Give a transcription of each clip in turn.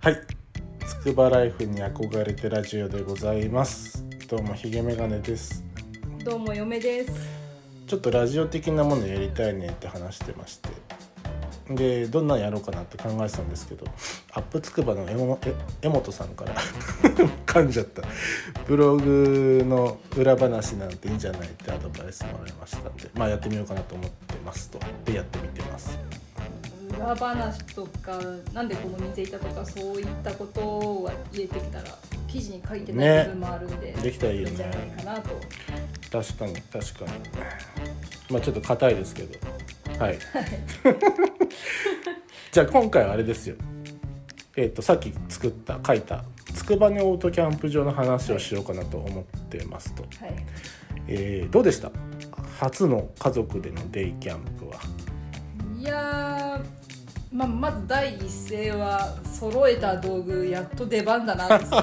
はい。つくばライフに憧れてラジオでございます。どうもひげメガネです。どうも嫁です。ちょっとラジオ的なものやりたいねって話してまして。でどんなんやろうかなって考えてたんですけどアップつくばのえもえ江本さんから 噛んじゃったブログの裏話なんていいんじゃないってアドバイスもらいましたんでまあやってみようかなと思ってますとでやってみてます裏話とか、なんでこの店行ったとか、そういったことは言えてきたら。記事に書いてなねい部分もあるんで、できたらいいよねんじゃないかなと。確かに確かにまあちょっと硬いですけどはい じゃあ今回はあれですよえっ、とさっき作った書いた筑波根オートキャンプ場の話をしようかなと思ってますと、はい。えーどうでした初の家族でのデイキャンプはいやー。まあ、まず第一声は揃えた道具やっと出番だなですね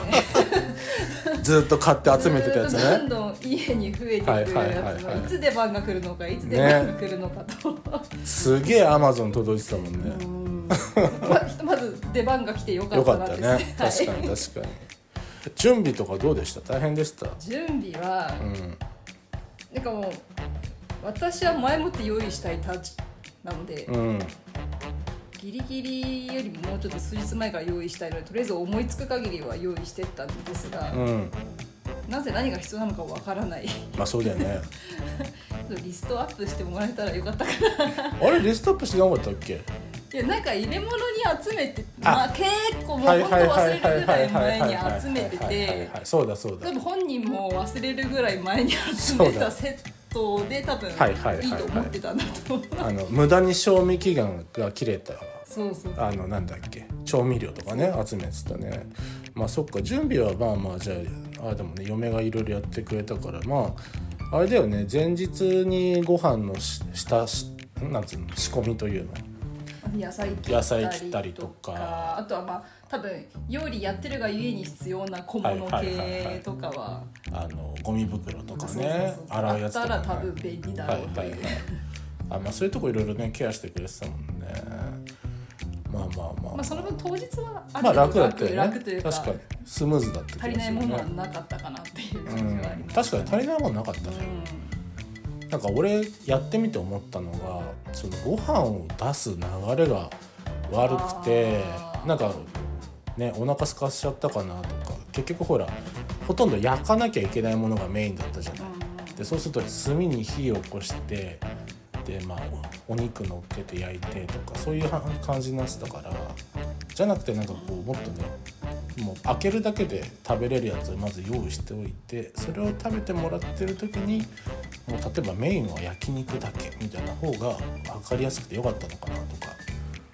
ずっと買って 集めてたやつどんねどん家に増えてくるやつはいはいはいはいがいつ出番が来るのかいつ出番が来るの かと、すげえアマゾン届いてたもんね、うんまあひとまず出番が来てよかよっかたったなですねはい確かに確かに準備とかどうでした大変でした準備はうんなんかもう私は前もって用意したいタッチなので、うんギリギリよりももうちょっと数日前から用意したいのでとりあえず思いつく限りは用意してったんですが、うんなぜ何が必要なのかわからないまあそうだよねリストアップしてもらえたらよかったかなあれリストアップしてなかったっけいやなんか入れ物に集めてあまあ、結構もう本当忘れるぐらい前に集めてはいてはいそうだそうだ多分本人も忘れるぐらい前に集めたセットで多分はいはいはいはいいいと思ってたんだと思う。あの無駄に賞味期限が切れたそうそうあのなんだっけ調味料とかね集めてたねまあそっか準備はまあまあじゃああでもね嫁がいろいろやってくれたからまああれだよね前日にご飯のし下しなんつうの仕込みというの野菜切野菜切ったりとかあとはまあ多分料理やってるがゆえに必要な小物はいはいはいはい系とかはあのゴミ袋とかそうそうねそう洗うやつとあか、っね、たら多分便利だろうとはいいはういはいあまあそういうとこいろいろねケアしてくれてたもんねまあまあまあまあその分当日はあるまあ程楽度だったよね楽というか確かにスムーズだった気が足りすないるねものはなかったかなっていうう感じはありんま確す、かに足りないものなかったね、なんか俺やってみて思ったのがそのご飯を出す流れが悪くてあーなんかねお腹空かしちゃったかなとか結局ほらほとんど焼かなきゃいけないものがメインだったじゃないうんうんでそうすると炭に火を起こしてでまあお肉乗っけて焼いてとかそういうは感じになってたからじゃなくてなんかこうもっとねもう開けるだけで食べれるやつをまず用意しておいてそれを食べてもらってる時にもう例えばメインは焼肉だけみたいな方が分かりやすくてよかったのかなとか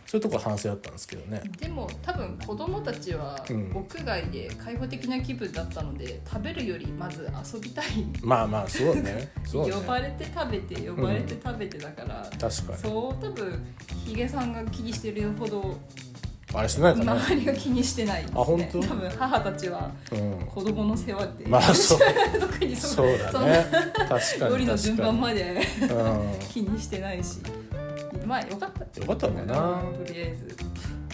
そういうとこ反省だったんですけどね。でも多分子供たちはうん屋外で開放的な気分だったので、食べるよりまず遊びたい、まあまあそう ね。そうね呼ばれて食べて呼ばれて食べてだから、確かにそう多分ヒゲさんが気にしてるほどあれしてないかな。周りが気にしてないですねあ本当多分母たちはうん。子供の世話って、まあそう特にそそうだね。確かに確そかのに。料理の順番までう気にしてないしまあよかったん、よかったもんなとりあえず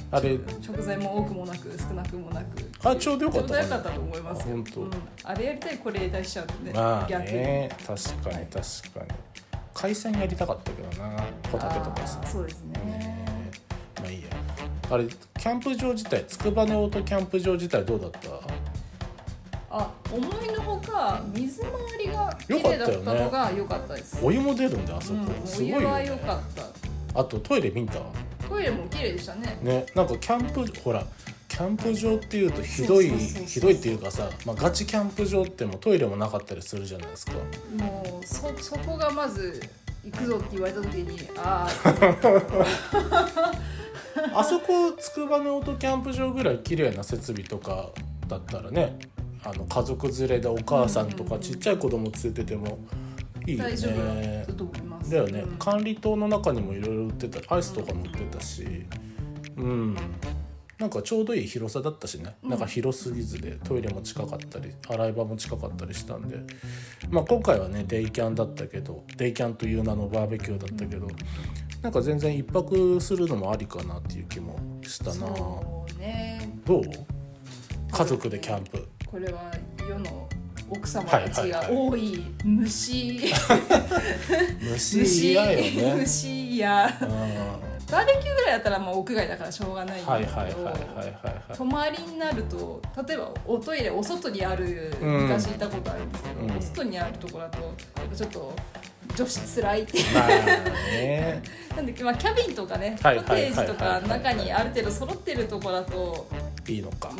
あれ食材も多くもなく少なくもなくあちょうどよかったちょうどよかかなったと思いますあよ本当うんあれやりたいこれやりたいしちゃうとね、まあ逆にね確かに確かに海鮮やりたかったけどなホタテとかさあーそうですねねまあいいやあれキャンプ場自体筑波根オートキャンプ場自体どうだったあ思いのほか水回りが綺麗だったのが良かったですお湯も出るんだあそこ、うんすおごい湯よ、はね良、かった、あとトイレ見たトイレも綺麗でしたねねなんかキャンプほらキャンプ場っていうとひどいそうそうそうそうひどいっていうかさ、まあ、ガチキャンプ場ってもうトイレもなかったりするじゃないですかもうそそこがまず行くぞって言われた時にああそこ筑波のオートキャンプ場ぐらい綺麗な設備とかだったらねあの家族連れでお母さんとかうんうんうんちっちゃい子供連れててもいいーよ大丈夫ねだ。と思いますだよねうん管理棟の中にもいろいろ売ってたアイスとかも売ってたしうんなんかちょうどいい広さだったしねなんか広すぎずでトイレも近かったり洗い場も近かったりしたんでまあ今回はねデイキャンだったけどデイキャンという名のバーベキューだったけどなんか全然一泊するのもありかなっていう気もしたなそうねどう家族でキャンプこれは世の奥様たちがはいはい多い 虫、虫嫌よね 虫やうんバーベキューぐらいだったらまあ屋外だからしょうがないんはだいけど、はいはいはいはい泊まりになると例えばおトイレお外にあるうん昔行ったことあるんですけど、うんお外にあるところだとやっぱちょっと女子つらいってまあねなんだっけ、まあ、キャビンとかねコはいテはいはいはいージとか中にある程度揃ってるところだと、いいのか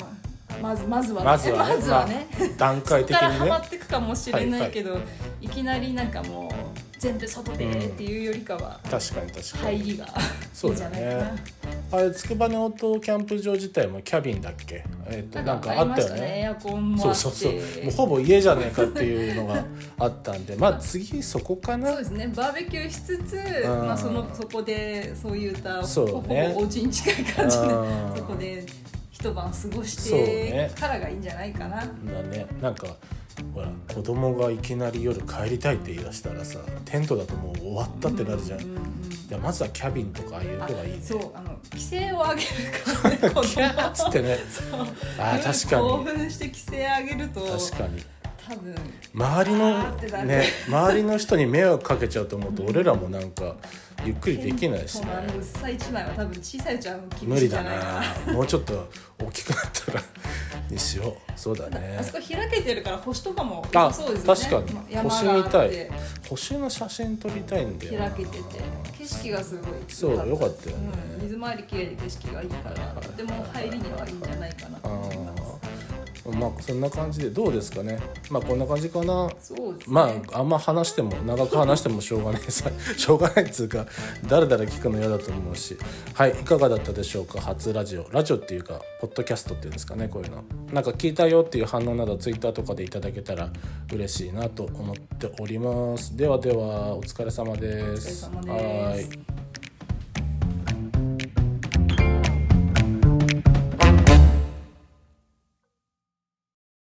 まあ、まずまずはねまずはねまずはね段そ階こ的からにハねマっていくかもしれないけど、いきなりなんかもう全部外でっていうよりかは確かに確か入にりがいそいんうじゃだないかなね。あれつくばの音キャンプ場自体もキャビンだっけえっとなんかありっまたしよたねエアコンもあっそてうそうそうもうほぼ家じゃねえかっていうのがあった んでまあ次そこかそうなですねバーベキューしつつ、んまあ、そのそこでそういったそうほねぼお家に近い感じでうんそこで一晩過ごしそうてねからがいいんじゃないかな。だねなんかほら子供がいきなり夜帰りたいって言い出したらさテントだともう終わったってなるじゃん、ういんうんうんやまずはキャビンとかああいうあ方がいいねそうあの規制を上げ るからね子供っつってねそうあー確かに興奮して規制上げると確かに多分周りあーってなのるね周りの人に迷惑かけちゃうと思うと俺らもなんかゆっくりできないしテントのあのね薄さ一枚は多分小さいうちは厳無しい理んじだゃないかな。なもうちょっと大きくなったらにしようそうだねあそこ開けてるから星とかもあそうですよね確かに山星があ見ったてい星の写真撮りたいんだよな開けてて景色がすごいそう良です良かったよねうん水回り綺麗で景色がいいからとても入りにはいいんじゃないかなとあ思いますーまあそんな感じでどうですかねまあこんな感じかなそうですねまああんま話しても長く話してもしょうがないさ しょうがないっつうかだらだら聞くの嫌だと思うしはいいかがだったでしょうか初ラジオラジオっていうかポッドキャストっていうんですかねこういうのなんか聞いたよっていう反応などツイッターとかでいただけたら嬉しいなと思っておりますではではお疲れ様ですお疲れ様ですはい